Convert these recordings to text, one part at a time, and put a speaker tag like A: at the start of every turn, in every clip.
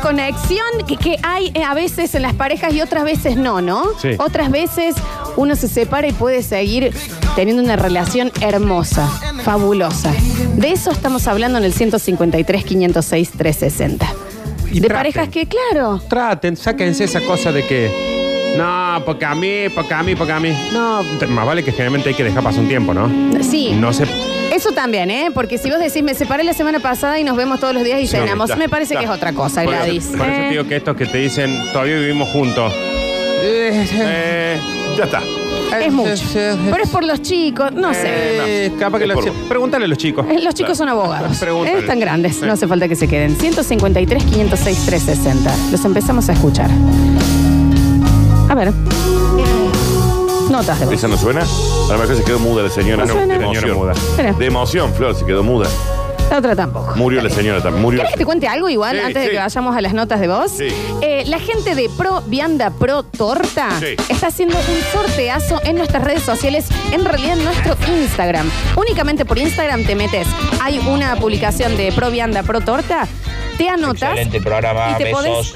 A: desconexión que, que hay eh, a veces en las parejas y otras veces no, ¿no?
B: Sí.
A: Otras veces uno se separa y puede seguir teniendo una relación hermosa, fabulosa. De eso estamos hablando en el 153 506 360.
B: Y
A: de
B: traten.
A: parejas que, claro,
B: Traten, sáquense esa cosa de que. No, porque a mí, porque a mí, porque a mí. No, te- más vale que generalmente hay que dejar pasar un tiempo, ¿no?
A: sí.
B: No se.
A: Eso también, ¿eh? Porque si vos decís, me separé la semana pasada y nos vemos todos los días y cenamos,
B: Ya,
A: me parece
B: ya.
A: que es otra cosa,
B: Por eso-
A: Gladys.
B: Por eso te digo que estos que te dicen, todavía vivimos juntos. Eh,
C: Ya está.
A: Es mucho. Pero es por los chicos, no sé.
B: eh, capaz que
C: Es
B: lo
C: por-
B: Pregúntale a los chicos.
A: Eh, Los chicos son abogados.
B: Pregúntale.
A: Están grandes,
B: Sí.
A: no hace falta que se queden. 153, 506, 360. Los empezamos a escuchar. A ver. Notas de voz.
C: ¿Esa no suena? A lo mejor se quedó muda la señora.
A: No suena.
C: de emoción.
B: Señora muda.
A: Espera.
C: De emoción, Flor, se quedó muda.
A: La otra tampoco.
C: Murió la señora también. Murió.
A: ¿Querés que te cuente algo igual
C: Sí,
A: antes de
C: sí.
A: que vayamos a las notas de voz?
C: Sí.
A: Eh, la gente de Pro Vianda Pro Torta
C: Sí.
A: está haciendo un sorteazo en nuestras redes sociales, en realidad en nuestro Instagram. Únicamente por Instagram te metes. Hay una publicación de Pro Vianda Pro Torta, te anotas
D: Excelente programa,
C: Ah,
A: y te podés,
D: besos.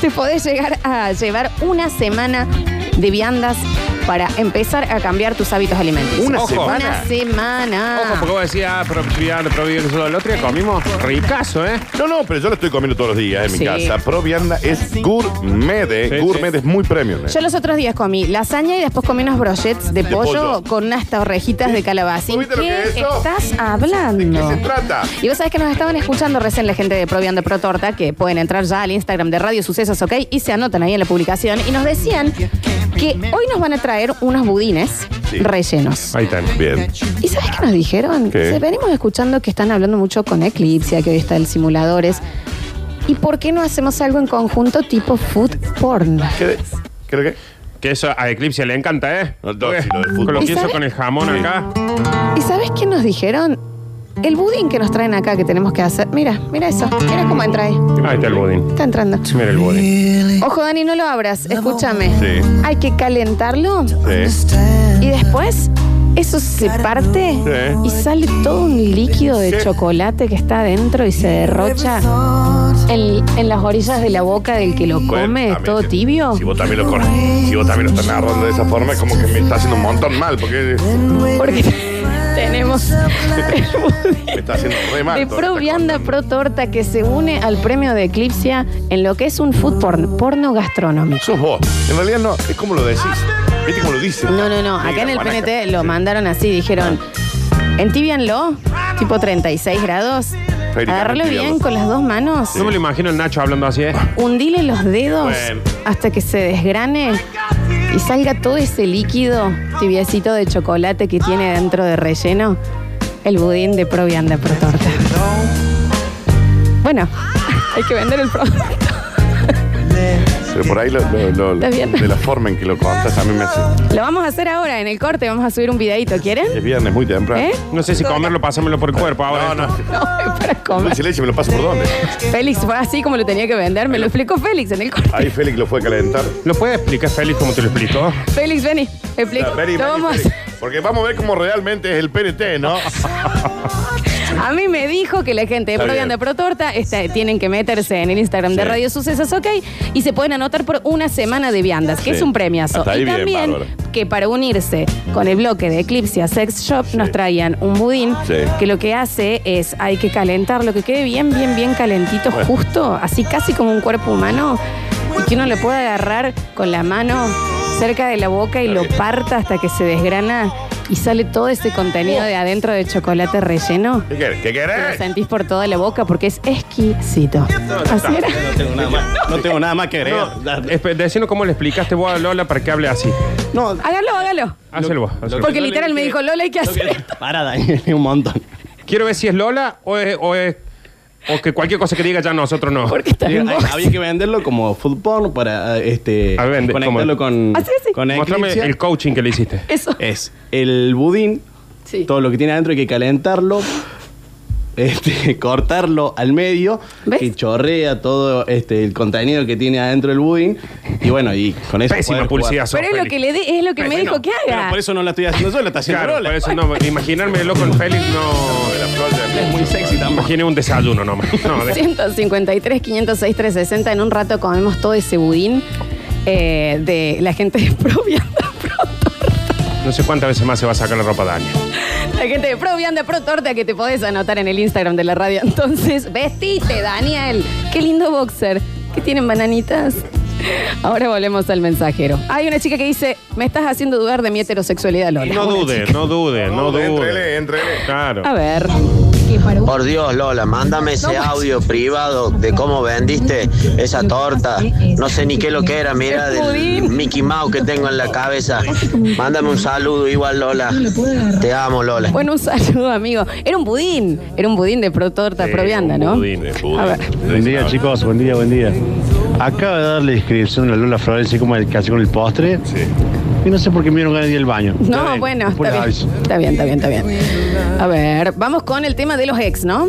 A: te podés llegar a llevar una semana de viandas para empezar a cambiar tus hábitos alimenticios.
C: ¿Una
B: Ojo.
C: semana?
A: Una semana.
B: Ojo, porque vos decías, ah, propiedad, propiedad, que solo el otro día comimos ricazo, ¿eh?
C: No, no, pero yo lo estoy comiendo todos los días en mi
A: Sí.
C: casa. Provianda es gourmet, eh.
B: Sí,
C: gourmet
B: sí.
C: es muy premium. eh.
A: Yo los otros días comí lasaña y después comí unos brochets de, pollo,
C: pollo.
A: con unas torrejitas de calabacín.
C: ¿Viste lo que
A: ¿Qué
C: es eso?
A: estás
C: ¿De qué
A: hablando?
C: se trata?
A: Y vos sabés que nos estaban escuchando recién la gente de Provianda Pro Torta, que pueden entrar ya al Instagram de Radio Sucesos, ¿ok? Y se anotan ahí en la publicación. Y nos decían que hoy nos van a traer unos budines
C: Sí.
A: rellenos.
B: Ahí están.
C: Bien.
A: ¿Y sabes qué nos dijeron?
C: ¿Qué?
A: Se venimos escuchando que están hablando mucho con Eclipse, que hoy está el simuladores. ¿Y por qué no hacemos algo en conjunto tipo food porn?
C: ¿Qué? ¿Qué? ¿Qué?
B: Que eso a Eclipse le encanta, ¿eh?
C: No, no, si lo del
B: con
C: fútbol.
B: lo
A: ¿Y
B: que hizo
A: sabe?
B: con el jamón
C: Sí.
B: acá.
A: ¿Y sabes qué nos dijeron? El budín que nos traen acá que tenemos que hacer. Mira, mira eso. Mira cómo entra ahí.
B: Ahí está el budín.
A: Está entrando.
B: Mira el budín.
A: Ojo, Dani, no lo abras. Escúchame.
C: Sí.
A: Hay que calentarlo
C: Sí.
A: y después eso se parte
C: Sí.
A: y sale todo un líquido de
C: Sí.
A: chocolate que está adentro y se derrocha en, en las orillas de la boca del que lo
C: Bueno,
A: come,
C: también,
A: todo
C: si-
A: tibio.
C: Si vos también lo corres, si vos también lo estás narrando de esa forma, es como que me está haciendo un montón mal, porque
A: Porque tenemos el budín.
C: me está haciendo re mal.
A: De
C: todo este lo
A: Pro
C: que
A: Vianda
C: está
A: Pro Torta que se une al premio de Eclipsia en lo que es un food porn, porno gastronómico.
C: Sos vos. En realidad no, es como lo decís. Viste como lo dices.
A: No, no, no. Acá en el PNT lo mandaron así, dijeron. Entibianlo, tipo 36 grados.
C: Federica,
A: Agarralo bien
C: entibiarlo.
A: con las dos manos.
B: No me lo imagino el Nacho hablando así, ¿eh?
A: Hundile los dedos
C: Bueno.
A: hasta que se desgrane y salga todo ese líquido tibiecito de chocolate que tiene dentro de relleno el budín de Pro Vianda Pro Torta. Bueno, hay que vender el producto.
C: Pero por ahí lo, lo- lo-
A: Está bien.
C: de la forma en que lo contás a mí me hace.
A: Lo vamos a hacer ahora en el corte, vamos a subir un videito, ¿quieren?
C: Es viernes muy temprano.
A: ¿Eh?
B: No sé si comerlo, pasámelo por el cuerpo ahora.
C: No, no.
A: No, es para comer.
C: Dulce leche me lo paso por dónde.
A: Félix fue así como lo tenía que vender, me lo explicó Félix en el corte.
C: Ahí Félix lo fue a calentar.
B: ¿Lo puedes explicar, Félix, como te lo explicó?
A: Félix, vení, explica.
C: Vení, vení,
A: Lo vamos a
C: Félix. Porque vamos a ver cómo realmente es el PNT, ¿no?
A: hacer. A mí me dijo que la gente de
C: Está
A: Pro
C: bien.
A: Vianda Pro Torta está- tienen que meterse en el Instagram de
C: Sí.
A: Radio Sucesos, ok, y se pueden anotar por una semana de viandas, que
C: Sí.
A: es un premiazo.
C: Hasta ahí
A: y
C: bien,
A: también
C: bárbaro.
A: que para unirse con el bloque de Eclipse Sex Shop nos traían un budín
C: Sí.
A: que lo que hace es hay que calentarlo, que quede bien, bien, bien calentito,
C: Bueno.
A: justo, así casi como un cuerpo humano, y que uno lo pueda agarrar con la mano cerca de la boca y
C: Está
A: lo
C: bien.
A: parta hasta que se desgrana y sale todo ese
C: Uh.
A: contenido de adentro de chocolate relleno.
C: ¿Qué querés? ¿Qué
A: que Lo
C: querés?
A: sentís por toda la boca porque es exquisito. Así era.
E: No tengo nada más, no tengo nada más que agregar. Dale.
B: Espe- Decinos cómo le explicaste vos a Lola para que hable así.
E: No, lo
A: Hágalo, hágalo.
B: Hácelo vos.
E: lo
B: hácelo.
A: Porque
E: yo le
A: literal me
E: dije-
A: dijo, Lola, hay que hacer
E: que- Para, Daniel, es un montón.
B: Quiero ver si es Lola o es, o es- o que cualquier cosa que diga ya nosotros no.
A: porque está
E: Digo,
A: en
E: hay-
A: box.
E: había que venderlo como food porn para este,
B: A ver, vende,
E: conectarlo
B: ¿cómo?
E: con,
A: Así, así.
E: con
B: Mostrame
E: Eclipse.
B: el coaching que le hiciste.
A: Eso.
E: Es el budín,
A: Sí.
E: todo lo que tiene adentro hay que calentarlo. Este, cortarlo al medio
A: ¿Ves?
E: y chorrea todo este, el contenido que tiene adentro el budín y bueno y con eso
B: Pésima
E: podés
B: publicidad.
E: jugar.
B: sos,
A: Pero es lo
B: Félix.
A: que le di- es lo que me dijo que
E: Pero
A: haga.
E: por eso no la estoy haciendo yo la está haciendo
B: Claro,
E: Lola.
B: por eso no. Imaginármelo con Félix no.
C: La flor de
E: es muy sexy tampoco.
B: Imaginen un desayuno nomás. No, de-
A: 153, 506, 360. En un rato comemos todo ese budín eh, de la gente de Provianda Protorta.
B: no sé cuántas veces más se va a sacar la ropa Dani.
A: La gente de Provianda Protorta que te podés anotar en el Instagram de la radio. Entonces, vestite, Daniel. Qué lindo boxer. Que tienen bananitas. Ahora volvemos al mensajero. Hay una chica que dice, me estás haciendo dudar de mi heterosexualidad, Lola.
B: No
A: Una
B: dude,
A: chica.
B: no dude, no dude.
C: Entrele, entrele.
B: Claro.
A: A ver.
D: Por Dios, Lola, mándame ese audio privado de cómo vendiste esa torta. No sé ni qué lo que era, mira, del Mickey Mouse que tengo en la cabeza. Mándame un saludo igual, Lola. Te amo, Lola.
A: Bueno, un saludo, amigo. Era un budín. Era un budín de Protorta
B: Sí,
A: Provianda,
B: un
A: ¿no?
B: budín, un budín.
A: A ver.
F: Buen día, chicos. Buen día, buen día. Acaba de dar la inscripción a Lola Florencia como el que hace con el postre.
C: Sí.
F: Y no sé por qué me dieron ganas de ir al baño.
A: No,
F: Está bien,
A: bueno,
F: por
A: está
F: aviso.
A: bien. Está bien, está bien, está bien. A ver, vamos con el tema de los ex, ¿no?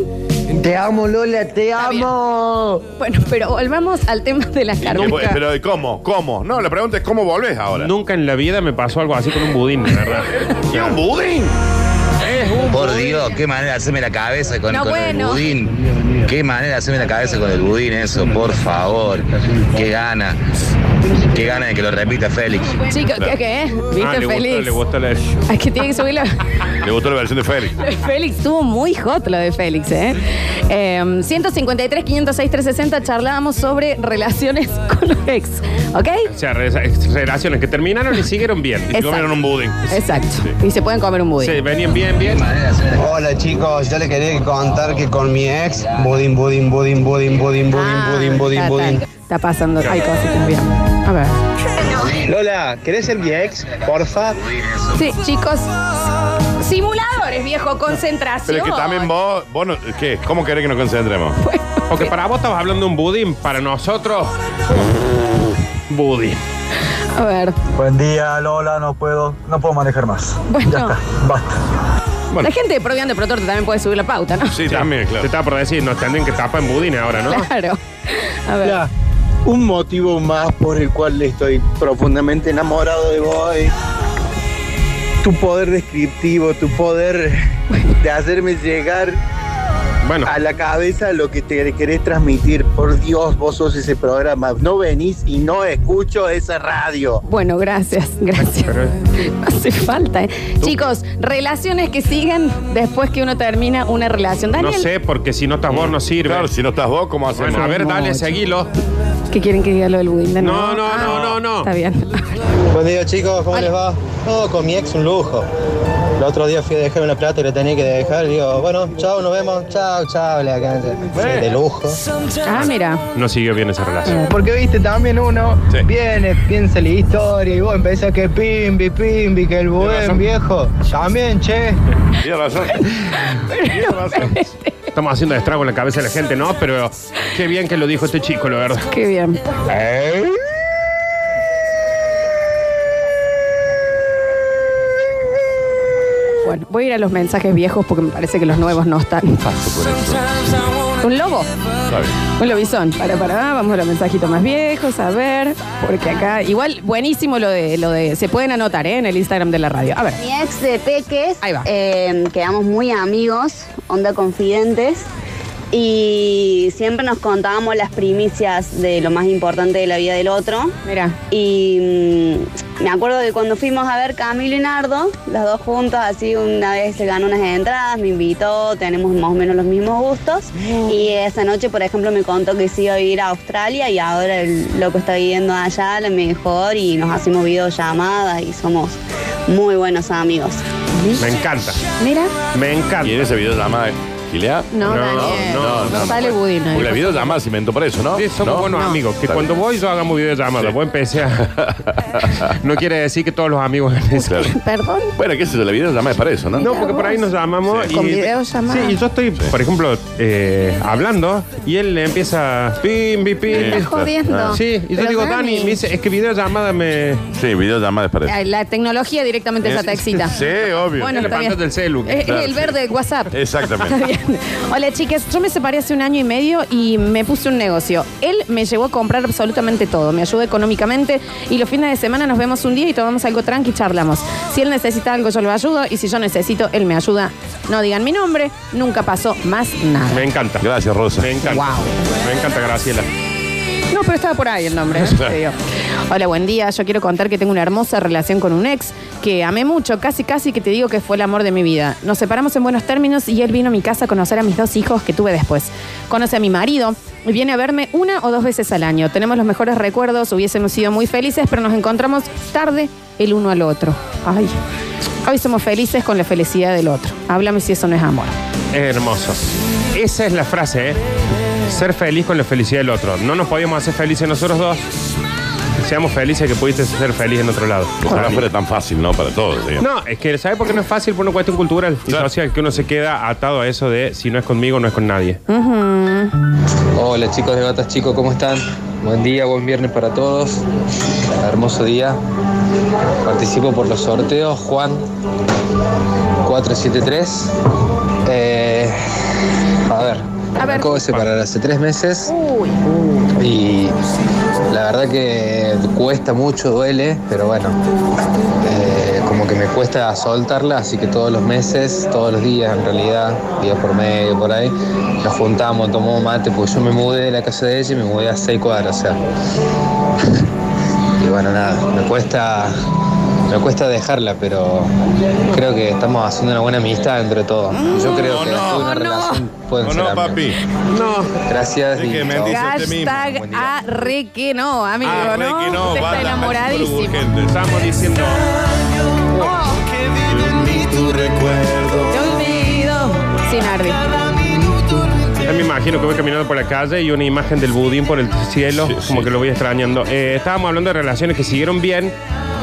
G: Te amo, Lola, te
A: Está bien.
G: amo.
A: Bueno, pero volvamos al tema de las
C: Y que-
A: carbucas.
C: Pero ¿cómo? ¿Cómo? No, la pregunta es ¿cómo volvés ahora?
B: Nunca en la vida me pasó algo así con un budín, la verdad.
C: ¿Y un budín?
H: Por Dios, qué manera de hacerme la cabeza con,
A: No,
H: con
A: bueno.
H: el budín. Qué manera de hacerme la cabeza con el budín, eso, por favor. Qué gana. Qué gana de que lo repita Félix.
A: Chicos, ¿qué, qué? eh? ¿Viste,
B: Ah, le gustó,
A: Félix?
B: le gustó la...
A: Es que tiene que subir la...
C: Le gustó la versión de Félix.
A: Félix estuvo muy hot lo de Félix, ¿eh? Eh, 153, 506, 360 charlábamos sobre relaciones con los ex, ¿ok?
B: O sea, re- relaciones que terminaron y siguieron bien.
C: Y comieron un budín.
A: Exacto. Y se pueden comer un budín.
B: Sí, venían bien, bien.
I: Hola chicos, yo les quería contar que con mi ex, budín, budín, budín, budín, budín, budín,
A: Ah,
I: budín, budín,
A: está,
I: budín.
A: Está, está pasando, hay cositas bien. A ver.
I: Lola, ¿querés ser mi ex? Porfa.
A: Sí, chicos. Simuladores, viejo, concentración.
C: Pero es que también vos, vos no- ¿qué? ¿Cómo querés que nos concentremos?
B: Porque para vos estabas hablando de un budín, para nosotros. Budín.
A: A ver.
J: Buen día, Lola, no puedo, no puedo manejar más.
A: Bueno.
J: Ya está, basta.
A: La gente de Provian de Protorte también puede subir la pauta, ¿no?
C: Sí, también,
B: Te
C: claro.
B: estaba por decir, nos tendrían que tapar en budín ahora, ¿no?
A: Claro. A ver.
J: Ya.
G: Un motivo más por el cual estoy profundamente enamorado de vos. Tu poder descriptivo, tu poder de hacerme llegar
B: Bueno,
G: a la cabeza lo que te querés transmitir. Por Dios, vos sos ese programa. No venís y no escucho esa radio.
A: Bueno, gracias, gracias. No hace falta, ¿eh? Chicos, relaciones que sigan después que uno termina una relación.
B: no
A: Daniel,
B: sé, porque si no estás vos no sirve.
C: Mm, Claro, si no estás vos, ¿cómo hacemos?
B: Bueno, a ver, dale,
A: mucho.
B: seguilo.
A: ¿qué quieren que diga lo del budín? de
B: No,
A: nuevo?
B: no,
A: Ah,
B: no, no, no.
A: Está bien.
I: Buen día chicos, ¿cómo
A: Hola.
I: les va? No, con mi ex un lujo. El otro día fui a dejar una plata y la tenía que dejar. y Digo, bueno, chao, nos vemos. Chao, chao, la cancha. De lujo.
A: Ah, mira.
B: No siguió bien esa
K: Eh.
B: relación.
G: Porque viste, también uno
C: Sí.
G: viene, piensa la historia y vos empezás que pimbi, pimbi, que el buen
C: razón.
G: viejo. También, che.
C: Tienes razón. Tienes razón.
B: Estamos haciendo estrago en la cabeza de la gente, ¿no? Pero qué bien que lo dijo este chico, la verdad.
A: Qué bien. Bueno, voy a ir a los mensajes viejos porque me parece que los nuevos no están. ¿Un lobo?
C: Está bien.
A: Un lobizón. Para, para, vamos a los mensajitos más viejos, a ver. Porque acá, igual, buenísimo lo de, lo de, se pueden anotar, ¿eh? En el Instagram de la radio. A ver.
L: Mi ex de Peques,
A: Ahí va.
L: eh, quedamos muy amigos, onda confidentes, y siempre nos contábamos las primicias de lo más importante de la vida del otro.
A: Mira,
L: Y mm, me acuerdo que cuando fuimos a ver Camilo y Nardo, los dos juntos, así una vez se ganó unas entradas, me invitó, tenemos más o menos los mismos gustos. Y esa noche, por ejemplo, me contó que se iba a ir a Australia y ahora el loco está viviendo allá, lo mejor, y nos hacemos videollamadas y somos muy buenos amigos.
B: Me encanta,
A: mira.
B: me encanta.
C: Y en ese video llamada Gilea.
A: No,
B: No,
A: Daniel.
B: no,
A: No, sale budín ahí.
C: La video llamada se inventó para eso, ¿no?
B: Sí, somos
C: ¿No?
B: buenos
A: No.
B: amigos. Que
C: Está
B: cuando voy yo hagamos videollamada. Vos empecé a... no quiere decir que todos los amigos...
C: Claro.
A: Perdón.
C: Bueno, qué es eso, la video llamada es para eso, ¿no?
B: No, porque por ahí nos llamamos y...
A: Con videollamada.
B: Sí, y yo estoy, por ejemplo, eh, hablando y él empieza... Pim, pim, pim.
A: Me estás jodiendo.
B: Sí, y yo
A: Pero
B: digo,
A: Dani.
B: Dani, me dice, es que videollamada me...
C: Sí, video llamada es para eso.
A: Ay, La tecnología directamente ya te excita.
C: Sí, obvio.
A: Bueno,
B: la
A: está
B: pantalla
A: bien.
B: del celu.
A: Es, es
C: Claro,
A: el
C: sí.
A: verde del WhatsApp.
C: Exactamente.
A: Hola, chicas. Yo me separé hace un año y medio y me puse un negocio. Él me llevó a comprar absolutamente todo. Me ayuda económicamente y los fines de semana nos vemos un día y tomamos algo tranqui y charlamos. Si él necesita algo, yo lo ayudo y si yo necesito, él me ayuda. No digan mi nombre. Nunca pasó más nada.
B: Me encanta.
C: Gracias, Rosa.
B: Me encanta. Me encanta, Graciela.
A: No, pero estaba por ahí el nombre. ¿eh? Te digo. Hola, buen día. Yo quiero contar que tengo una hermosa relación con un ex que amé mucho, casi casi que te digo que fue el amor de mi vida. Nos separamos en buenos términos y él vino a mi casa a conocer a mis dos hijos que tuve después. Conoce a mi marido y viene a verme una o dos veces al año. Tenemos los mejores recuerdos, hubiésemos sido muy felices, pero nos encontramos tarde el uno al otro. Ay, hoy somos felices con la felicidad del otro. Háblame si eso no es amor.
B: Hermosos. Esa es la frase, ¿eh? Ser feliz con la felicidad del otro. No nos podíamos hacer felices nosotros dos. Seamos felices que pudiste ser feliz en otro lado.
C: Ojalá fuera tan fácil, ¿no? Para todos. digo.
B: No, es que ¿sabes por qué no es fácil? Por una cuestión cultural y social, que uno se queda atado a eso de si no es conmigo, no es con nadie.
C: Mm.
I: Hola chicos de Batas Chicos, ¿cómo están? Buen día, buen viernes para todos. Hermoso día. Participo por los sorteos, Juan 473. Eh, a ver,
A: A ver.
I: me acabo de separar hace tres meses
A: Uy.
I: y la verdad que cuesta mucho, duele, pero bueno, eh, como que me cuesta soltarla, así que todos los meses, todos los días en realidad, día por medio, por ahí, nos juntamos, tomamos mate, porque yo me mudé de la casa de ella y me mudé a seis cuadras, o sea. Y bueno, nada, me cuesta, me cuesta dejarla, pero creo que estamos haciendo una buena amistad entre todos. Yo creo que después de una relación pueden ser amigos.
B: No.
I: Gracias. y chao.
A: Hashtag a re que no, amigo, Ah, ¿no? Usted está enamoradísimo.
B: Estamos diciendo.
A: Te olvido. Sin arde.
B: Ya me imagino que voy caminando por la calle y una imagen del budín por el cielo, como que lo voy extrañando. Eh, estábamos hablando de relaciones que siguieron bien,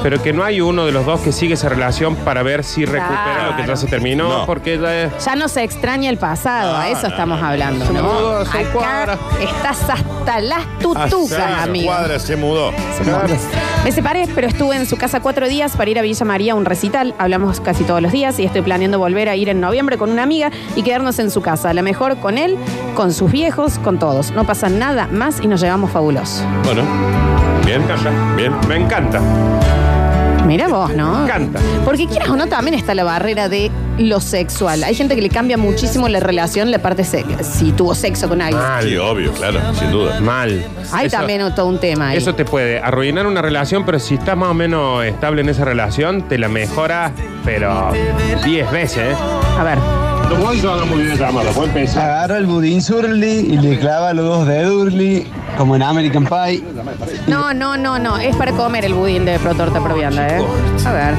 B: pero que no hay uno de los dos que sigue esa relación para ver si recupera lo que ya se terminó, porque ya es-
A: Ya no se extraña el pasado, a eso estamos hablando, Ah, ¿no? Acá estás hasta las tutucas, amigo.
C: cuadra se mudó.
A: Me separé, pero estuve en su casa cuatro días para ir a Villa María a un recital. Hablamos casi todos los días y estoy planeando volver a ir en noviembre con una amiga y quedarnos en su casa. A lo mejor con él, con sus viejos, con todos. No pasa nada más y nos llevamos fabuloso.
C: Bueno. Bien, bien.
B: Me encanta.
A: Mira vos, ¿no?
B: Este, Me encanta.
A: Porque quieras o no, también está la barrera de lo sexual. Hay gente que le cambia muchísimo la relación, la parte sexual. si tuvo sexo con alguien.
C: Sí, obvio, claro, sin duda.
B: Mal.
A: Hay
B: Ah, Eso-
A: también todo un tema ahí.
B: Eso te puede arruinar una relación, pero si estás más o menos estable en esa relación, te la mejora, pero 10 veces. ¿eh?
A: A ver.
B: Juan yo hago muy bien esa llamada, Juan pensar.
M: Agarra el budín surly y le clava los dos dedos Urli, como en American Pie.
A: No, no, no, no. Es para comer el budín de Protorta Provianda, ¿eh? A ver.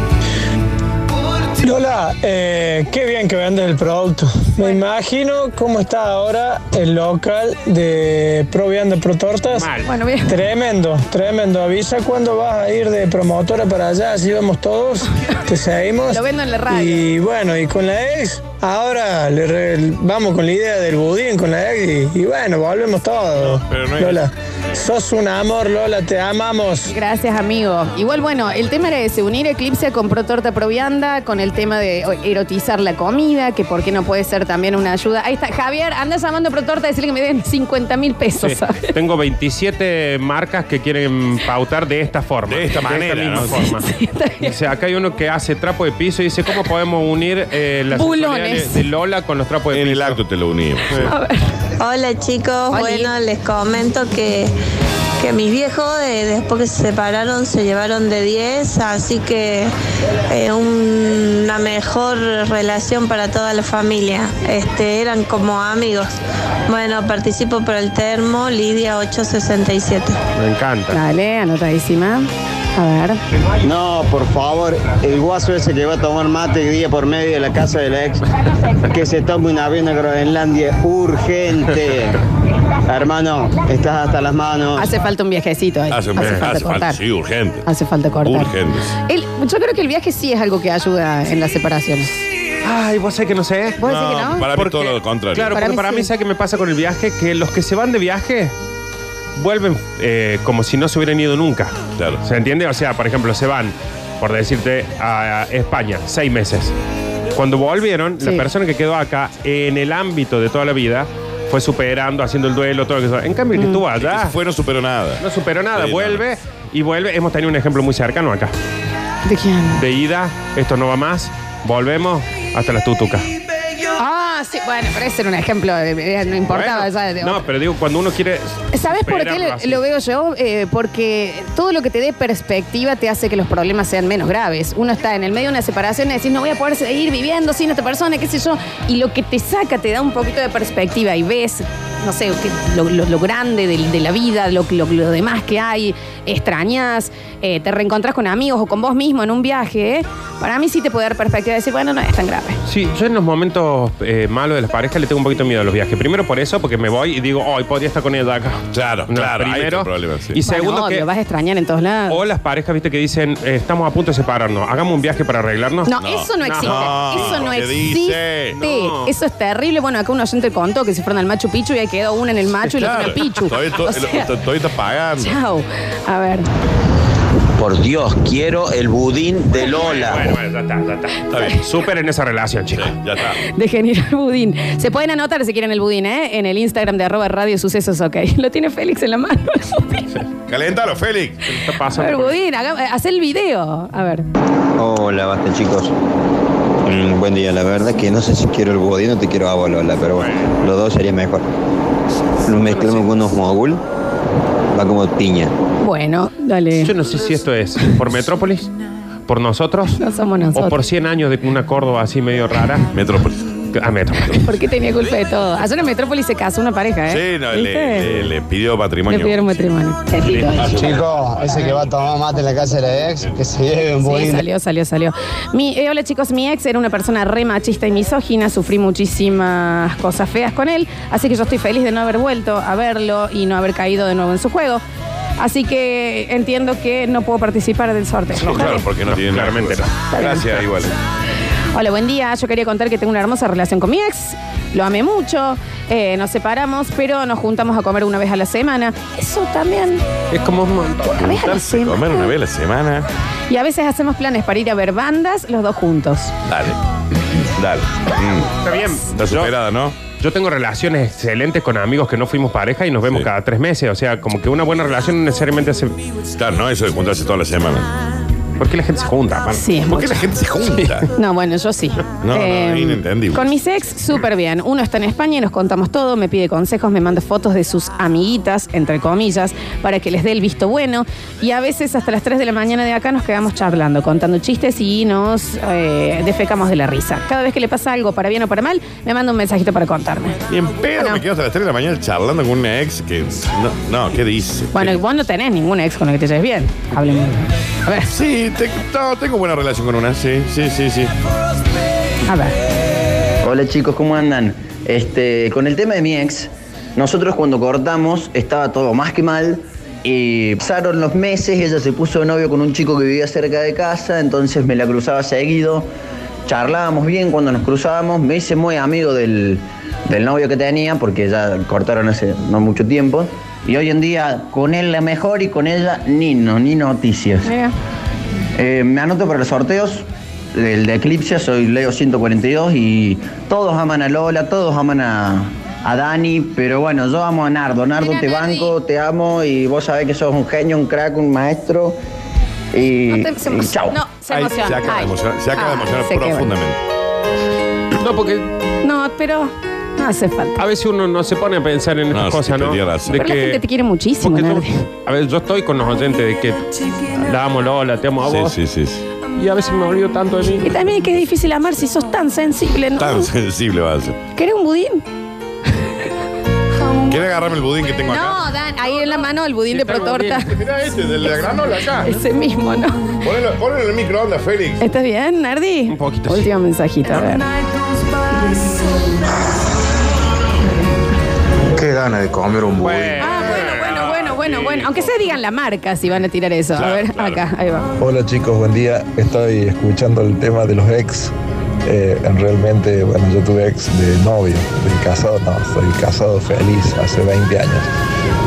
N: Lola, eh, qué bien que vendes el producto. Me imagino cómo está ahora el local de Provianda Pro Tortas.
A: Bueno, bien.
N: Tremendo, tremendo. Avisa cuándo vas a ir de promotora para allá, así vamos todos, te seguimos.
A: Lo vendo en la radio.
N: Y bueno, y con la ex, ahora le re- vamos con la idea del budín con la ex y, y bueno, volvemos todos.
A: pero no es-
N: Lola, sos un amor, Lola, te amamos.
A: Gracias, amigo. Igual, bueno, el tema era ese, unir Eclipse con Protorta Provianda, con el tema de erotizar la comida, que por qué no puede ser también una ayuda. Ahí está, Javier, anda llamando a Protorta a decirle que me den 50 mil pesos.
B: Sí. Tengo 27 marcas que quieren pautar de esta forma. De esta
C: manera,
B: misma
C: ¿no?
B: forma. Dice, acá hay uno que hace trapo de piso y dice, ¿cómo podemos unir eh, la
O: Bulones.
B: sexualidad de de Lola con los
A: Pues,
B: trapos de piso? En el acto
C: te lo unimos.
O: Hola chicos, bueno, les comento que, que mis viejos eh, después que se separaron se llevaron de 10, así que eh, un- una mejor relación para toda la familia. Este, eran como amigos. Bueno, participo por el termo Lidia 867.
B: Me encanta.
A: Dale, anotadísima. A ver.
P: No, por favor, el guaso ese que va a tomar mate día por medio de la casa de la ex, que se tome un avión a Groenlandia, urgente. Hermano, estás hasta las manos.
A: Hace falta un viajecito ahí.
C: Hace,
A: falta
C: hace falta,
A: cortar.
C: sí, urgente.
A: Hace falta cortar.
C: Urgente.
A: El- yo creo que el viaje sí es algo que ayuda en las separaciones.
B: Ay, vos sé que no sé.
A: ¿Vos decís que no?
C: Para mí todo lo contrario.
B: Claro,
A: Para
B: porque
A: mí
B: para mí,
A: sí.
B: ¿sabes qué me pasa con el viaje? Que los que se van de viaje vuelven eh, como si no se hubieran ido nunca. Claro. ¿Se entiende? O sea, por ejemplo, se van, por decirte, a España, seis meses. Cuando volvieron,
A: Sí.
B: la persona que quedó acá en el ámbito de toda la vida fue superando, haciendo el duelo, todo lo que sea. En cambio, el que estuvo allá.
C: Fue, no superó nada.
B: No superó nada,
C: Sí,
B: vuelve y vuelve. Hemos tenido un ejemplo muy cercano acá.
A: ¿De quién?
B: De ida, esto no va más, volvemos hasta las tutucas.
A: Ah, sí, bueno, pero ese era un ejemplo, eh, no importaba. ya de-
B: No, pero digo, cuando uno quiere.
A: ¿Sabes por qué
B: superarlo
A: le-
B: así.
A: lo veo yo? Eh, porque todo lo que te dé perspectiva te hace que los problemas sean menos graves. Uno está en el medio de una separación y decís, no voy a poder seguir viviendo sin esta persona, qué sé yo. Y lo que te saca te da un poquito de perspectiva y ves, no sé, que- lo, lo- lo grande del- de, la vida, lo, lo- lo demás que hay, extrañas, eh, te reencontrás con amigos o con vos mismo en un viaje. ¿eh? Para mí sí te puede dar perspectiva y decir, bueno, no es tan grave.
B: Sí, yo en los momentos eh, malos de las parejas le tengo un poquito de miedo a los viajes. Primero por eso, porque me voy y digo, hoy podría estar con ella acá.
C: Claro, claro, ahí está
B: Primero.
C: el problema, sí.
B: Y segundo
A: Bueno,
B: que.
A: obvio, vas a extrañar en todos lados.
B: O las parejas, viste, que dicen, eh, estamos a punto de separarnos, hagamos un viaje para arreglarnos.
A: No, eso no existe. eso no
B: ¿qué
A: existe.
B: No.
A: Eso es terrible. Bueno, acá un oyente contó que se fueron al Machu Picchu y ahí quedó una en el Machu y la otra en el Pichu.
C: Todavía, to-
A: O sea,
C: el- todavía está pagando.
A: chao. A ver.
D: Por Dios, quiero el budín de Lola.
B: Bueno, bueno, ya está, ya está. Está bien. Súper en esa relación, chicos.
C: ya está.
A: De generar budín. Se pueden anotar si quieren el budín, ¿eh? En el Instagram de arroba radio sucesos, ok. Lo tiene Félix en la mano.
C: Caléntalo, Félix.
B: Está
A: A ver, budín, haga- eh, haz el video. A ver.
Q: Hola, basta chicos. Mm, buen día, la verdad que no sé si quiero el budín o te quiero a vos, Lola, pero bueno, los dos sería mejor. Lo mezclamos con unos mogul, va como piña.
A: Bueno, dale.
B: Yo no sé si esto es por Metrópolis, por nosotros,
A: No somos
B: o por
A: nosotros.
B: 100 años de una Córdoba así medio rara.
C: Metrópolis.
B: A Metrópolis.
A: ¿Por qué tenía culpa de todo? Ayer en Metrópolis se casó una pareja, ¿eh?
C: Sí, no, le,
A: ¿Viste?
C: le- le pidió
A: Le
C: matrimonio.
A: pidieron matrimonio.
M: Chicos, ese que va a tomar mate en la casa de la ex, que se lleve un
A: Sí,
M: budín.
A: salió, salió, salió. Mi, eh, hola chicos, mi ex era una persona re machista y misógina, sufrí muchísimas cosas feas con él, así que yo estoy feliz de no haber vuelto a verlo y no haber caído de nuevo en su juego. Así que entiendo que no puedo participar del sorteo.
C: No, claro, porque no tiene claramente. Gracias, igual.
A: Hola, buen día. Yo quería contar que tengo una hermosa relación con mi ex. Lo amé mucho. eh, nos separamos, pero nos juntamos a comer una vez a la semana. Eso también.
B: Es como un montón.
A: Una vez a la semana.
C: Comer una vez a la semana.
A: Y a veces hacemos planes para ir a ver bandas los dos juntos.
C: Dale. Dale. Mm.
B: Está bien.
C: Está superada, ¿no?
B: Yo tengo relaciones excelentes con amigos que no fuimos pareja y nos vemos cada tres meses. O sea, como que una buena relación no necesariamente se.
C: Claro, no, eso de juntarse toda la semana.
B: ¿Por qué la gente se junta? man?
A: Sí, es
B: ¿Por qué
A: mucho.
B: la gente se junta?
A: No, bueno, yo sí. Em,
B: no,
C: inentendible.
A: Con mis ex, súper bien. Uno está en España y nos contamos todo, me pide consejos, me manda fotos de sus amiguitas, entre comillas, para que les dé el visto bueno. Y a veces hasta las 3 de la mañana de acá nos quedamos charlando, contando chistes y nos eh, defecamos de la risa. Cada vez que le pasa algo, para bien o para mal, me manda un mensajito para contarme.
C: Y en pedo me quedo hasta las 3 de la mañana charlando con una ex que. No, no ¿qué dice?
A: Bueno, y vos no tenés ningún ex con el que te lleves bien. Hábleme. A ver.
C: Sí, te- no, tengo buena relación con una, sí, sí, sí, sí.
A: A ver.
R: Hola chicos, ¿cómo andan? Este, con el tema de mi ex, nosotros cuando cortamos estaba todo más que mal y pasaron los meses, ella se puso de novio con un chico que vivía cerca de casa, entonces me la cruzaba seguido, charlábamos bien cuando nos cruzábamos, me hice muy amigo del, del novio que tenía porque ya cortaron hace no mucho tiempo y hoy en día con él la mejor y con ella ni, no, ni noticias.
A: Mira.
R: Eh, me anoto para los sorteos. El de Eclipse, soy Leo 142 y todos aman a Lola, todos aman a, a Dani, pero bueno, yo amo a Nardo. Nardo, te banco, te amo y vos sabés que sos un genio, un crack, un maestro. Y,
A: te- se
R: y
A: emociona.
R: chao.
A: No, se
R: Ay,
A: emociona.
R: se acaba de
A: Ay.
R: emocionar, se acaba de
A: Ay,
R: emocionar
A: se quebra.
C: profundamente.
B: No, porque
A: No, pero no hace falta.
B: a veces uno no se pone a pensar en estas cosas, ¿no? De
A: Pero la gente te quiere muchísimo, Nardi.
B: A ver, yo estoy con los oyentes de que la amo Lola, te amo a
C: Sí,
B: vos.
C: sí, sí.
B: Y a veces me olvido tanto de mí.
A: Y también es que es difícil amar si sos tan sensible, ¿no?
C: Tan sensible va a ser.
A: ¿Querés un budín?
C: ¿Quieres agarrarme el budín que tengo acá?
A: No, Dan, ahí en la mano el budín de protorta.
C: Mira este, de la granola acá.
A: Ese mismo, ¿no?
C: Ponelo, ponelo en el microondas, Félix.
A: ¿Estás bien, Nardi? Un
B: poquito.
A: Último mensajito, a ver.
S: Qué gana de comer un budín.
A: Ah, Bueno, bueno, bueno, bueno. Aunque se digan la marca si van a tirar eso. a ver, acá, ahí va.
T: Hola chicos, buen día. Estoy escuchando el tema de los ex. Eh, realmente, bueno, yo tuve ex de novio, de casado no, soy casado feliz hace 20 años.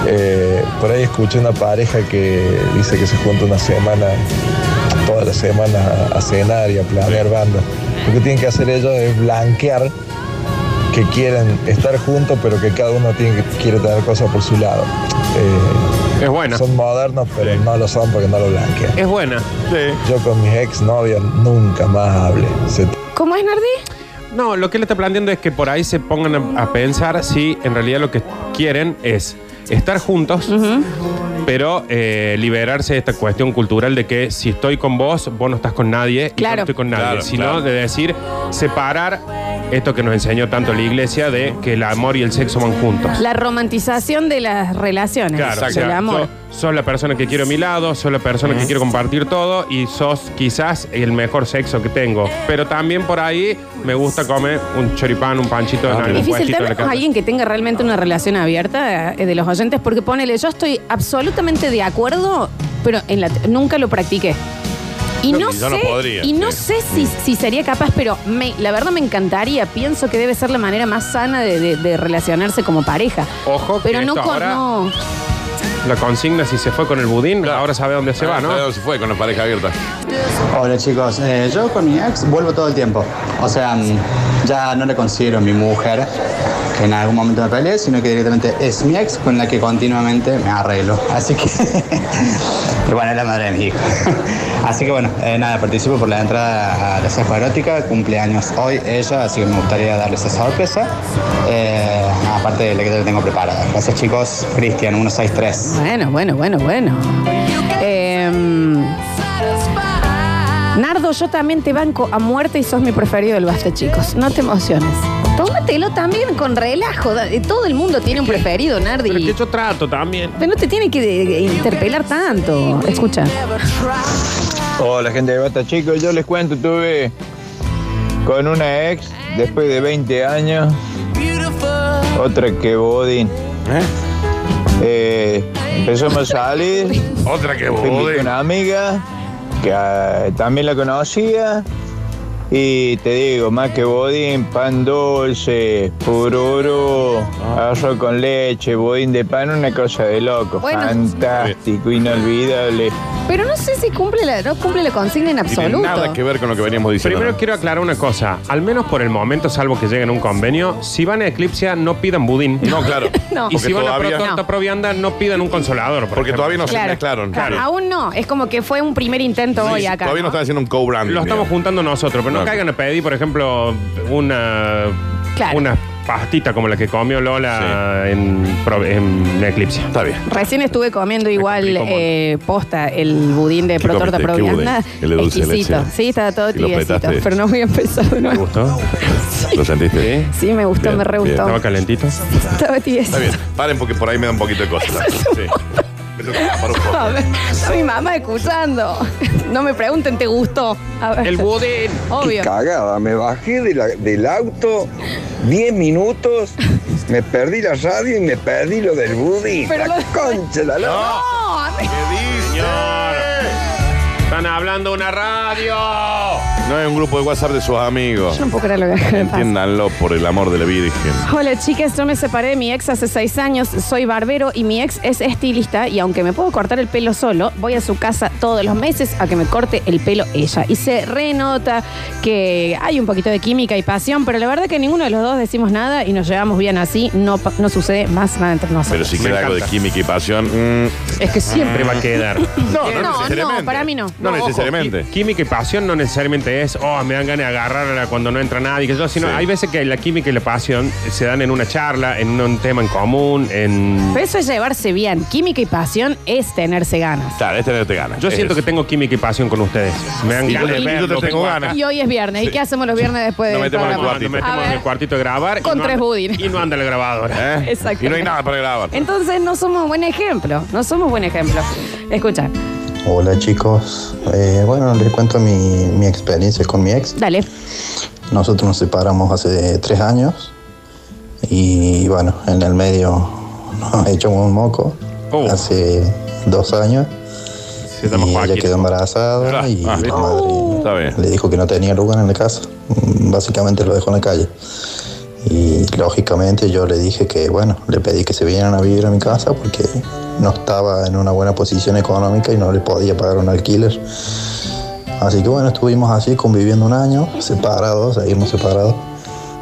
T: Eh, por ahí escuché una pareja que dice que se junta una semana, toda la semana a cenar y a planear bandas. Lo que tienen que hacer ellos es blanquear que quieren estar juntos, pero que cada uno tiene, que- quiere tener cosas por su lado. Eh,
B: Es buena.
T: Son modernos, pero no lo son porque no lo blanquean.
B: Es buena.
T: Yo con mis ex novios nunca más hablé. Se
A: ¿Cómo es, Nardi?
B: No, lo que él está planteando es que por ahí se pongan a, a pensar si en realidad lo que quieren es estar juntos, pero eh, liberarse de esta cuestión cultural de que si estoy con vos, vos no estás con nadie, y yo
A: Claro.
B: no estoy con nadie,
A: Claro,
B: sino
A: claro.
B: de decir separar esto que nos enseñó tanto la iglesia de que el amor y el sexo van juntos.
A: La romantización de las relaciones.
B: Claro, o sea,
A: el amor.
B: yo- sos la persona que quiero a mi lado, sos la persona que quiero compartir todo y sos quizás el mejor sexo que tengo. Pero también por ahí me gusta comer un choripán, un panchito de
A: Es
B: nalga, un
A: difícil
B: huesito de
A: tener
B: la
A: con
B: carne.
A: alguien que tenga realmente una relación abierta eh, de los oyentes, porque ponele, yo estoy absolutamente de acuerdo, pero en la, nunca lo practiqué. Y
K: No,
A: no, sé,
K: yo no podría,
A: y no
K: sí.
A: sé si, si sería capaz, pero me- la verdad me encantaría. Pienso que debe ser la manera más sana de, de- de relacionarse como pareja.
B: Ojo,
A: Pero
B: que
A: no
B: esto
A: con.
B: ahora
A: no.
B: la consigna si se fue con el budín, ahora sabe dónde se va, ¿no?
C: Ah,
K: Claro, se fue con la pareja abierta.
U: Hola chicos, Eh, yo con mi ex vuelvo todo el tiempo. O sea, mm, ya no la considero mi mujer, que en algún momento me peleé, sino que directamente es mi ex con la que continuamente me arreglo. Así que, pero bueno, es la madre de mi hijo. Así que bueno, eh, nada, participo por la entrada a la cepa erótica, cumpleaños hoy ella, así que me gustaría darle esa sorpresa. Eh, aparte de la que ya tengo preparada. Gracias chicos, Cristian 163.
A: Bueno, bueno, bueno, bueno. Em, Nardo, yo también te banco a muerte y sos mi preferido del basta, chicos. No te emociones. Tómatelo también con relajo. da- eh, Todo el mundo tiene un preferido, Nardi. Pero
B: yo trato también.
A: no te tiene que de- de interpelar tanto. Escucha.
V: Hola gente de Basta Chicos, yo les cuento, tuve con una ex después de 20 años, otra que Bodin. Eh, empezamos a salir, otra que
C: Bodin.
V: una amiga que ah, también la conocía y te digo, más que Bodin, pan dulce, pururu, arroz con leche, Bodin de pan, una cosa de loco,
A: Bueno.
V: fantástico, inolvidable.
A: Pero no sé si cumple la, no cumple la consigna en absoluto.
B: ver con lo que veníamos diciendo. Primero quiero aclarar una cosa. Al menos por el momento, salvo que lleguen a un convenio, si van a Eclipse no pidan budín. No, claro.
A: No.
B: Y si
A: Porque
B: van
A: todavía-
B: a Pro Torta Provianda no pidan un consolador. porque
C: todavía no se
A: Claro.
C: mezclaron.
A: Claro, Aún no. Es como que fue un primer intento hoy acá.
C: Todavía
A: ¿no?
C: no están haciendo un co-branding.
B: Lo estamos
C: digamos.
B: juntando nosotros, pero no
C: Claro.
B: caigan a pedir, por ejemplo, una,
A: Claro.
B: una pastita como la que comió Lola en, pro- en Eclipse. Está bien.
A: Recién estuve comiendo igual
B: complicó mucho.
A: eh, posta el budín de
B: ¿Qué
A: Protorta
B: comiste? ¿Qué
A: Provianda.
B: budín?
C: ¿El de dulce de
A: Exquisito.
C: leche?
A: Sí, estaba todo
C: ¿Y lo
A: tibiecito.
C: apretaste?
A: Pero no voy a empezar de nuevo.
C: gustó? ¿Lo sentiste?
A: Sí, me gustó, me re gustó.
C: ¿Estaba
B: calentito? Estaba tibiecito.
C: Está bien. Paren porque por ahí me da un poquito de cosas. Sí. Me tengo que tapar un poco.
A: A ver, está mi mamá escuchando. No me pregunten, ¿te gustó? A ver.
B: El budín.
A: Obvio.
W: Qué cagada, me bajé de la- del auto 10 minutos, me perdí la radio y me perdí lo del budín.
A: Pero
W: la
A: lo-
W: concha, la lora.
B: Están hablando una radio.
C: No es un grupo de WhatsApp de sus amigos.
A: Yo no puedo creer lo que me pasa.
C: Entiéndanlo por el amor de la Virgen.
A: Hola chicas, yo me separé de mi ex hace seis años, soy barbero y mi ex es estilista y aunque me puedo cortar el pelo solo, voy a su casa todos los meses a que me corte el pelo ella. Y se renota que hay un poquito de química y pasión, pero la verdad que ninguno de los dos decimos nada y nos llevamos bien así, no, pa- no sucede más nada entre
C: Pero
A: nosotros.
C: si queda algo de química y pasión. mm,
B: Es que siempre va a quedar.
C: No, no,
A: No,
C: necesariamente.
A: no, para mí no.
C: No,
A: No, ojo,
C: necesariamente.
B: Qui- Química y pasión no necesariamente es, oh, me dan ganas de agarrarla cuando no entra nadie. Que yo, sino Hay veces que la química y la pasión se dan en una charla, en un, un tema en común, en.
A: Pero eso es llevarse bien, química y pasión es tenerse ganas.
C: Claro, este no te gana.
B: Yo siento que tengo química y pasión con ustedes. Me dan
C: Y yo
B: ganas
C: te-
B: de
C: y yo te
B: verlo,
C: tengo
B: acá.
C: ganas.
A: Y hoy es viernes, ¿y
B: Sí.
A: qué hacemos los viernes después
B: Nos
A: del
B: metemos en el
A: programa?
B: cuartito. Nos
A: A
B: metemos en el
A: ver,
B: cuartito de grabar. y
A: Con
B: no
A: tres
B: anda-
A: budines.
B: Y no anda ¿eh? la grabadora.
C: ¿Eh?
A: Exacto. Y no hay nada
C: para grabar.
A: entonces no somos buen ejemplo, no somos buen ejemplo. Escucha,
X: Hola chicos, Eh, bueno, les cuento mi, mi experiencia con mi ex.
A: dale.
X: Nosotros nos separamos hace tres años y bueno, en el medio nos echamos un moco hace dos años. y ella quedó embarazada y la madre le dijo que no tenía lugar en la casa. Básicamente lo dejó en la calle. Y lógicamente yo le dije que, bueno, le pedí que se vinieran a vivir a mi casa porque no estaba en una buena posición económica y no le podía pagar un alquiler. Así que bueno, estuvimos así conviviendo un año, separados, seguimos separados,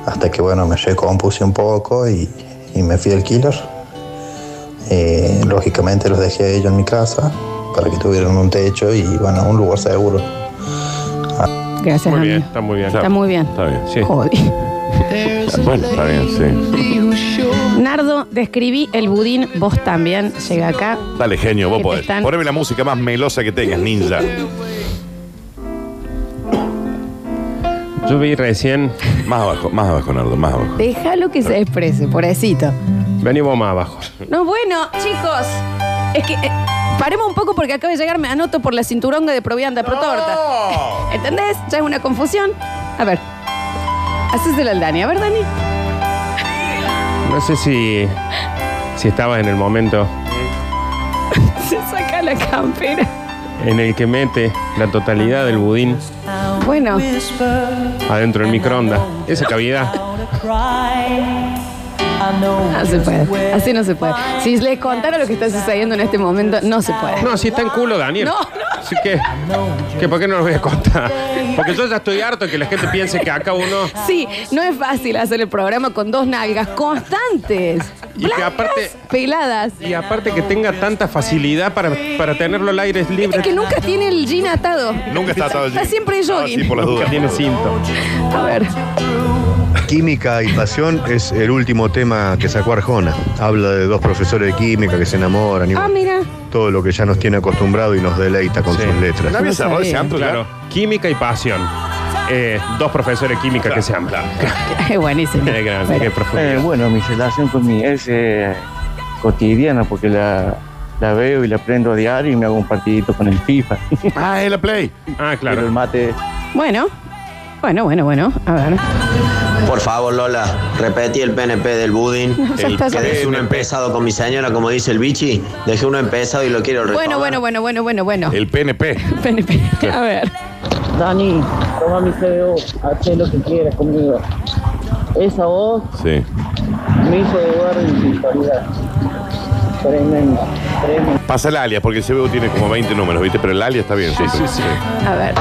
X: hasta que bueno, me recompuse un poco y, y me fui al killer. Eh, lógicamente los dejé a ellos en mi casa para que tuvieran un techo y bueno, un lugar seguro.
A: Gracias,
B: Muy
A: amigo.
B: bien, está muy bien.
A: Está muy bien.
B: Está bien, sí.
C: Bueno, está bien, sí.
A: Nardo, describí el budín, vos también, llega acá.
C: Dale, genio, vos
A: Que te
C: podés.
A: están-
C: Poneme la música más melosa que tengas, ninja.
B: Yo vi recién.
C: Más abajo, más abajo, Nardo, más abajo.
A: Déjalo que se exprese, pobrecito.
B: Venimos más abajo.
A: No, bueno, chicos, es que eh, paremos un poco porque acaba de llegar, me anoto por la cinturonga de provianda pro torta. ¿Entendés? Ya es una confusión. A ver, hacésela al Dani. A ver, Dani.
B: No sé si. Si estabas en el momento
A: Se saca la campera.
B: en el que mete la totalidad del budín
A: Bueno.
B: adentro del microondas. Esa cavidad.
A: No se puede. Así no se puede. Si les contara lo que está sucediendo en este momento, no se puede.
B: No, sí está en culo, Daniel.
A: No,
B: Así que, que, ¿por qué no lo voy a contar? Porque yo ya estoy harto de que la gente piense que acá uno.
A: Sí, no es fácil hacer el programa con dos nalgas constantes.
B: Y que aparte.
A: Peladas.
B: Y aparte que tenga tanta facilidad para, para tenerlo al aire libre.
A: Es que nunca tiene el jean atado.
C: Nunca está atado el
A: Está
C: jean. Ah,
A: siempre jogging.
B: Nunca tiene cinto.
A: A ver.
E: Química y pasión es el último tema que sacó Arjona. Habla de dos profesores de química que se enamoran y
A: Ah, mira.
E: todo lo que ya nos tiene acostumbrado y nos deleita con sus letras.
B: Nadie cerró ese amplio, claro. Química y pasión. Eh, dos profesores de química que se amplan.
A: Es buenísimo.
B: Qué grande, qué profundidad.
F: Eh, bueno, mi relación con mi ex es eh, cotidiana porque la, la veo y la prendo a diario y me hago un partidito con el FIFA.
C: ah, es la Play.
B: Ah, claro.
F: el mate.
A: Bueno. Bueno, bueno, bueno. A ver.
D: Por favor, Lola, repetí el PNP del budín.
A: No, ya
D: El
A: está,
D: que
A: ya
D: dejé
A: está.
D: uno empezado con mi señora, como dice el bichi. Dejé uno empezado y lo quiero
A: Bueno,
D: retomar.
A: bueno, bueno, bueno, bueno, bueno.
C: El PNP.
A: PNP. A ver.
H: Dani, toma mi CEO, haz lo que quieras conmigo. Esa voz
C: Sí.
H: me hizo dudar de mi sexualidad. Tremendo, tremendo.
C: Pasa el alias, porque el CBU tiene como 20 números, ¿viste? Pero el alias está bien, sí, sí, sí.
A: A ver.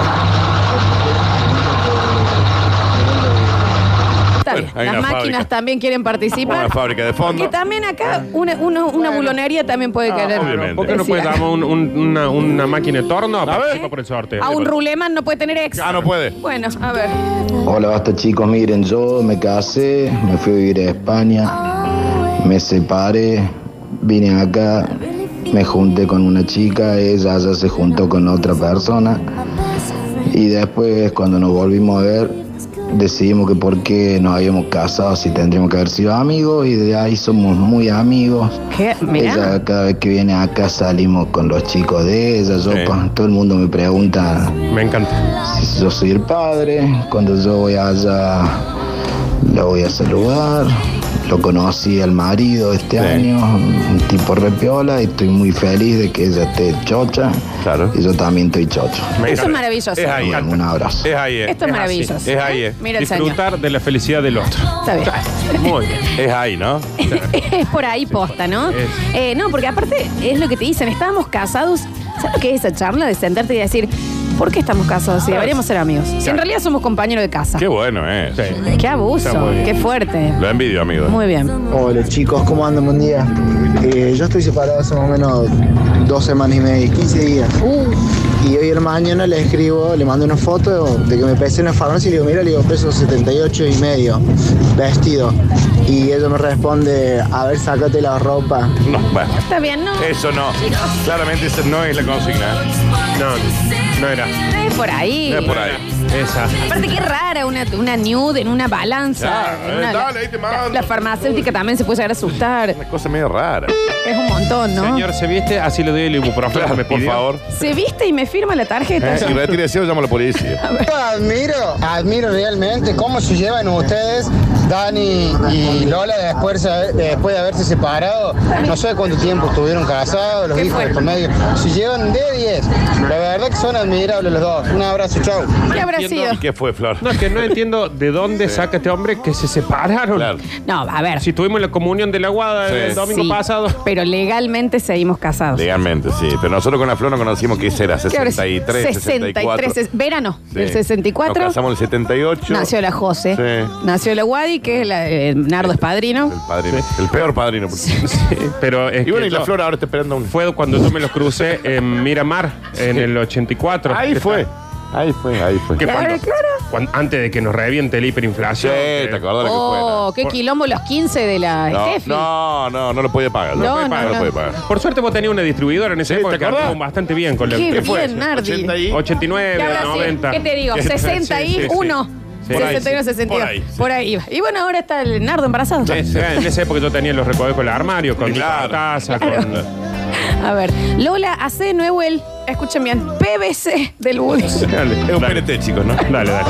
A: Está
C: Bueno,
A: bien.
C: hay
A: Las
C: una
A: máquinas
C: fábrica.
A: también quieren participar.
C: Una fábrica de
A: Que
C: fondo.
A: también acá una, una, una bulonería también puede querer.
B: Obviamente. ¿Por qué no
A: Sí,
B: puede
A: acá.
B: dar un- un- una, una máquina de torno? A ver. Por el sorteo.
A: A un ruleman no puede tener ex.
B: Ah, no puede.
A: Bueno, a ver.
K: Hola, basta chicos, miren, yo me casé, me fui a vivir a España, me separé, vine acá, me junté con una chica, ella ya se juntó con otra persona y después cuando nos volvimos a ver decidimos que por qué nos habíamos casado, si tendríamos que haber sido amigos y de ahí somos muy amigos.
A: ¿Qué? Mirá.
K: Ella cada vez que viene acá salimos con los chicos de ella, yo, pa- todo el mundo me pregunta
B: Me encanta.
K: si yo soy el padre, cuando yo voy allá lo voy a saludar. Lo conocí al marido este año, un tipo repiola, y estoy muy feliz de que ella esté chocha. Claro. Y yo también estoy chocho.
B: Me
A: Eso es
B: encanta.
A: maravilloso.
B: Es ahí.
K: Un abrazo.
B: Es ahí. eh.
A: Esto es maravilloso.
B: así. Es ahí. eh.
A: Mira el señor.
B: Disfrutar de la felicidad del otro.
A: Está bien.
B: Muy bien.
C: Es ahí, ¿no?
A: es por ahí posta, ¿no?
B: Es.
A: Eh, no, porque aparte es lo que te dicen, estábamos casados. ¿Sabes lo que es esa charla de sentarte y decir, ¿por qué estamos casados? Si deberíamos ser amigos. Si en realidad somos compañeros de casa.
C: Qué bueno, ¿eh?
A: Qué abuso,
C: Está muy bien.
A: qué fuerte.
C: Lo envidio, amigo.
A: Muy bien.
K: Hola chicos, ¿cómo andan? Buen día. Eh, yo estoy separado hace más o menos dos semanas y media, 15 días. Y hoy en la mañana le escribo, le mando una foto de que me pesé en la farmacia y le digo, mira, le digo, peso 78 y medio, vestido. Y ella me responde, a ver, sácate la ropa.
C: No, bueno.
A: Está bien, ¿no?
C: Eso no. Claramente esa no es la consigna.
B: No, no era.
A: Es por ahí.
C: Es por ahí.
B: Esa.
A: Aparte, qué rara una, una nude en una balanza.
C: Claro,
A: en una-
C: eh, dale, ahí te mando.
A: La farmacéutica también se puede llegar a asustar.
C: Una cosa medio rara.
A: Es un montón, ¿no?
B: Señor, ¿se viste? Así le doy el ibuprofeno que me
C: por
B: pidió.
C: favor.
A: Se viste y me firma la tarjeta.
C: Si retírese o llamo a la policía.
K: Admiro, admiro realmente cómo se llevan ustedes, Dani y Lola, después, de- después de haberse separado. No sé cuánto tiempo estuvieron casados, los hijos de por medio. Se llevan de 10. La verdad que son admirables los dos. Un abrazo, chau.
A: ¿Qué habrá sido?
C: ¿Y qué fue, Flor?
B: No, es que que no entiendo de dónde saca este hombre que se separaron.
A: No, a ver.
B: Si tuvimos la comunión de la Guada el Este domingo
A: Sí,
B: pasado.
A: Pero legalmente seguimos casados.
C: Legalmente, sí. Pero nosotros con la Flor no conocimos qué era,
A: ¿Qué hora es?
C: 63, 64.
A: ses- verano
C: Sí.
A: del 64.
C: Nos casamos en el 78.
A: Nació la José.
C: Sí.
A: Nació la Wadi, que es la, eh, Nardo es padrino.
C: Padrino. El peor padrino. porque-
B: Pero es
C: Y bueno,
B: que
C: y la
B: yo-
C: Flor ahora está esperando un...
B: Fue cuando yo me los crucé en Miramar, en el 84.
C: Ahí
B: ¿Qué
C: fue.
B: tal?
C: Ahí fue, ahí fue.
A: Eh,
B: Que cuando- cuando- antes de que nos reviente el hiperinflación.
C: Sí, te acordás lo que
A: Oh, qué quilombo los 15 de la Steffi.
C: No, no, no lo podía pagar.
A: No,
C: lo podía pagar,
A: no,
C: lo
A: no.
C: podía pagar.
B: Ah, Por suerte vos tenías una distribuidora en esa
C: Sí,
B: época
C: ¿te
B: que
C: acordás?
B: anduvo bastante bien con la
A: Qué
B: ¿Qué fue?
A: bien, Nardi.
B: 80 y-
A: ¿Qué
B: 89,
A: habla así?
B: 90.
A: ¿Qué te digo? 61.
B: Sí, sí, sí. Por ahí,
A: 61,
B: sí.
A: 62.
B: Por ahí, sí.
A: Por ahí iba. Y bueno, ahora está el Nardo embarazado.
B: Sí, sí, En esa época yo tenía los recovecos del armario, con la taza, con...
A: A ver, Lola, hace de nuevo el, escuchen bien, PVC del Woody.
C: Es un PNT, chicos, ¿no?
B: Dale, dale.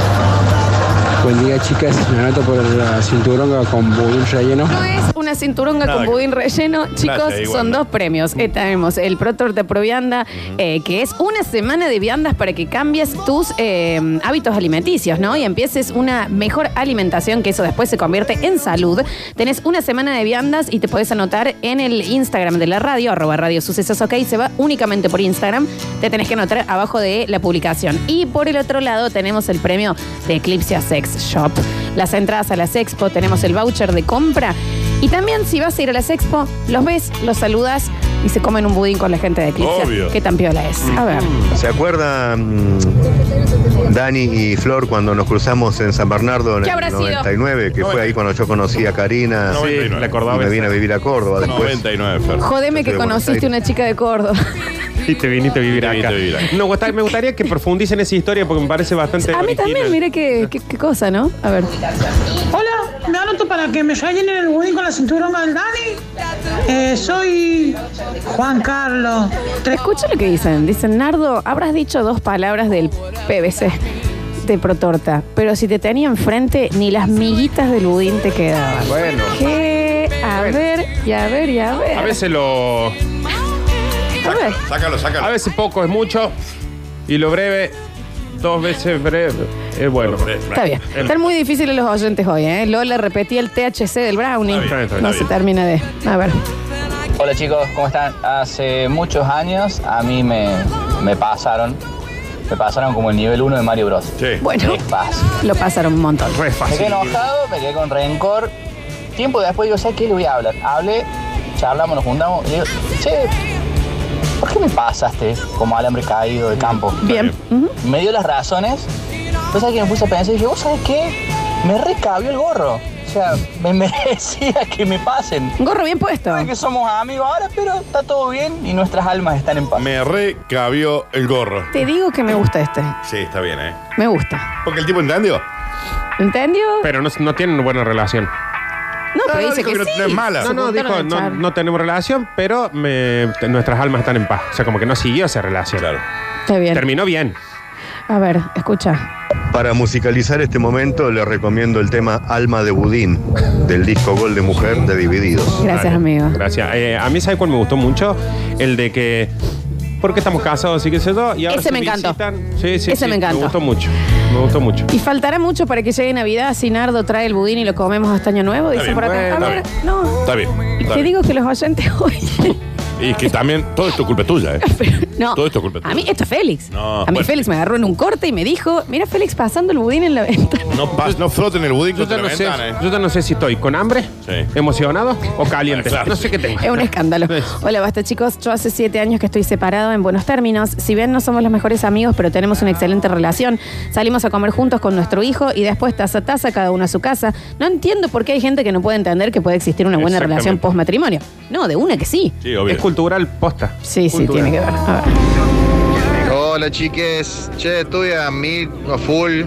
G: Buen día, chicas. Me anoto por el cinturón con budín relleno.
A: No es una cinturonga
G: Nada
A: con
G: que-
A: budín relleno, chicos,
G: Gracias, igual,
A: son
G: ¿no?
A: dos premios. Eh, tenemos el Pro Torta Pro Vianda, eh, que es una semana de viandas para que cambies tus eh, hábitos alimenticios, ¿no? Y empieces una mejor alimentación, que eso después se convierte en salud. Tenés una semana de viandas y te podés anotar en el Instagram de la radio, arroba radio sucesos, ok, se va únicamente por Instagram. Te tenés que anotar abajo de la publicación. Y por el otro lado tenemos el premio de Eclipse Sex Shop. Las entradas a las expo, tenemos el voucher de compra. Y también si vas a ir a las expo, los ves, los saludas y se comen un budín con la gente de Eclipse.
E: Obvio.
A: Qué tan piola es. A ver.
R: Mm.
E: ¿Se acuerdan mm, Dani y Flor cuando nos cruzamos en San Bernardo en
A: ¿Qué
E: el
A: habrá sido?
E: 99? Que fue ahí cuando yo conocí a Karina.
C: Sí, 99. la cordobesa.
E: Y me vine a vivir a Córdoba después.
C: 99, Flor.
A: Jodeme que conociste una chica de Córdoba.
B: Y te viniste a vivir acá. No, gusta- me gustaría que profundicen esa historia porque me parece bastante
A: A mí también, mire qué, qué- qué cosa, ¿no? A ver.
I: Hola, me anoto para que me rellenen el budín con la cinturonga del Dani. Eh, soy Juan Carlos.
A: Escucha lo que dicen. Dicen, Nardo, habrás dicho dos palabras del PVC de Protorta, pero si te tenía enfrente, ni las miguitas del budín te quedaban.
B: Bueno.
A: ¿Qué? A ver, y a ver, y a ver.
B: A veces lo...
C: Sácalo, sácalo.
B: A veces poco es mucho y lo breve, dos veces breve, es bueno.
A: Está bien. Están muy difíciles los oyentes hoy, ¿eh? Lola repetía el THC del brownie.
J: Está bien, está bien,
A: no
J: está
A: se
J: bien.
A: termina de... A ver.
J: Hola chicos, ¿cómo están? Hace muchos años a mí me, me pasaron. Me pasaron como el nivel 1 de Mario Bros.
A: Bueno.
J: Qué fácil.
A: Lo pasaron un montón.
J: Me quedé enojado, me quedé con rencor. Tiempo después digo, ¿sabes qué? Le voy a hablar. Hablé, charlamos, nos juntamos. Y digo, che, ¿por qué me pasaste como alambre caído de campo?
A: Bien.
J: Me dio las razones. Entonces aquí me puse a pensar y dije, ¿vos sabés qué? Me recabió el gorro. O sea, me merecía que me pasen.
A: Gorro bien puesto.
J: que somos amigos ahora, pero está todo bien y nuestras almas están en paz.
C: Me recabió el gorro.
A: Te digo que me gusta este.
C: Sí, está bien, ¿eh?
A: Me gusta.
C: Porque el tipo entendió.
A: ¿Entendió?
B: Pero no, no tienen buena relación.
A: No, pero
C: no,
A: dice
C: dijo
A: que,
C: que no-
A: sí.
C: no es mala.
B: No,
A: Se
B: no, dijo,
A: juntaron a
B: no,
A: charlar.
B: no tenemos relación, pero me- te- nuestras almas están en paz. O sea, como que no siguió esa relación.
A: Está bien.
B: Terminó bien.
A: A ver, escucha.
E: Para musicalizar este momento les recomiendo el tema Alma de Budín del disco Gol de Mujer de Divididos.
A: Gracias, amigo.
B: Gracias. Eh, a mí, ¿sabes cuál me gustó mucho? El de que. Porque estamos casados, así que sé yo. Y ahora
A: Ese
B: se
A: me encantó.
B: visitan. Sí, sí,
A: Ese
B: sí,
A: me encantó.
B: Me gustó mucho. Me gustó mucho.
A: Y faltará mucho para que llegue Navidad si Nardo trae el budín y lo comemos hasta Año Nuevo, dice
C: Está bien,
A: por acá.
C: bueno,
A: A ver,
C: está bien.
A: no.
C: Está bien. está
A: Te
C: bien.
A: digo que los oyentes hoy.
C: Y que también, todo esto es culpa tuya, ¿eh?
A: No.
C: Todo esto es culpa
A: A
C: tuya.
A: mí, esto es Félix.
C: No,
A: a mí
C: bueno.
A: Félix me agarró en un corte y me dijo, mira Félix pasando el budín en la ventana.
C: No, pas, no froten el budín
B: Yo ya,
C: contra
B: no
C: la
B: sé,
C: ventana, ¿eh?
B: yo ya no sé si estoy con hambre, emocionado o caliente.
C: Claro.
B: No sé qué tengo.
A: Es un escándalo. Hola, basta chicos. Yo hace siete años que estoy separado en buenos términos. Si bien no somos los mejores amigos, pero tenemos una excelente relación. Salimos a comer juntos con nuestro hijo y después taza a taza, cada uno a su casa. No entiendo por qué hay gente que no puede entender que puede existir una buena
B: Exactamente.
A: relación post matrimonio. No, de una que sí.
B: Es cultural posta.
A: Sí, sí,
B: Cultural.
A: tiene que ver. A ver.
L: Hola chiques, che, estuve a mil a full,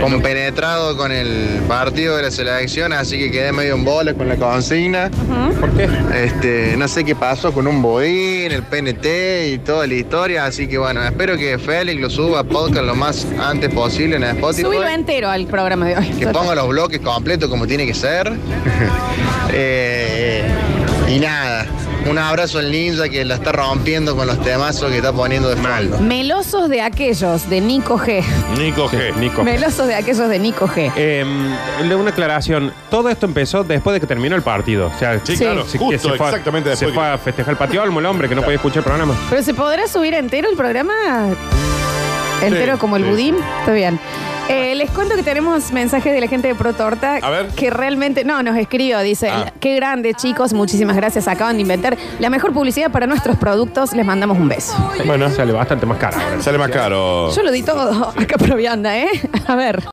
L: compenetrado con el partido de la selección, así que quedé medio en bola con la consigna.
B: ¿Por qué?
L: Este, no sé qué pasó con un boín, el PNT y toda la historia, así que bueno, espero que Félix lo suba a podcast lo más antes posible en Spotify.
A: Subilo entero al programa de hoy.
L: Que ponga los bloques completos como tiene que ser. Eh, y nada, Un abrazo al ninja que la está rompiendo con los temazos que está poniendo de mal.
A: Melosos de aquellos, de Nico G.
B: Nico G. Nico G.
A: Melosos de aquellos de Nico G.
B: Eh, Em, le una aclaración. Todo esto empezó después de que terminó el partido. O sea,
A: Sí, claro.
B: se- que
C: Justo,
B: se fue a-
C: exactamente
B: Se
C: después
B: fue a festejar el patio Olmo, el hombre que no podía escuchar el programa.
A: Pero ¿se podrá subir entero el programa? ¿Entero como el
B: sí.
A: budín? Está bien. Eh, les cuento que tenemos mensajes de la gente de ProTorta
C: A ver.
A: que realmente, no, nos escribió, dice,
C: Ah.
A: qué grande chicos, muchísimas gracias, acaban de inventar la mejor publicidad para nuestros productos, les mandamos un beso.
B: Bueno, sale bastante más caro.
C: Sale más caro.
A: Yo lo di todo, acá provianda, ¿eh? A ver.